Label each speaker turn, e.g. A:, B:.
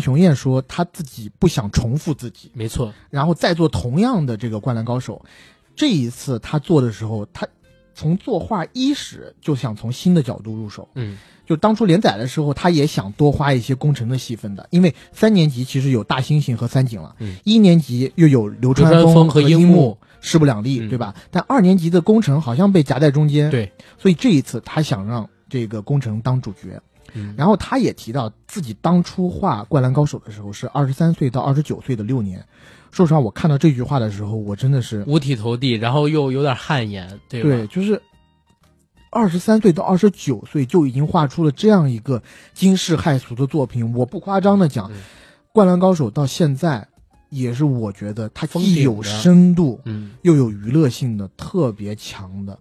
A: 熊燕说他自己不想重复自己，
B: 没错，
A: 然后再做同样的这个《灌篮高手》。这一次他做的时候，他从作画伊始就想从新的角度入手。
B: 嗯，
A: 就当初连载的时候，他也想多花一些工程的戏份的，因为三年级其实有大猩猩和三井了，
B: 嗯
A: 一年级又有流川
B: 流川枫和
A: 和
B: 樱木
A: 木，势不两立，
B: 嗯
A: 对吧？但二年级的工程好像被夹在中间，
B: 对，
A: 所以这一次他想让这个工程当主角。
B: 嗯
A: 然后他也提到自己当初画《灌篮高手》的时候是二十三岁到二十九岁的六年。说实话，我看到这句话的时候，我真的是
B: 五体投地，然后又有点汗颜，对吧？
A: 对，就是二十三岁到二十九岁就已经画出了这样一个惊世骇俗的作品。我不夸张的讲，
B: 嗯
A: 灌篮高手》到现在也是我觉得它
B: 封
A: 既
B: 顶
A: 有
B: 的
A: 深度
B: 嗯
A: 又有娱乐性的特别强的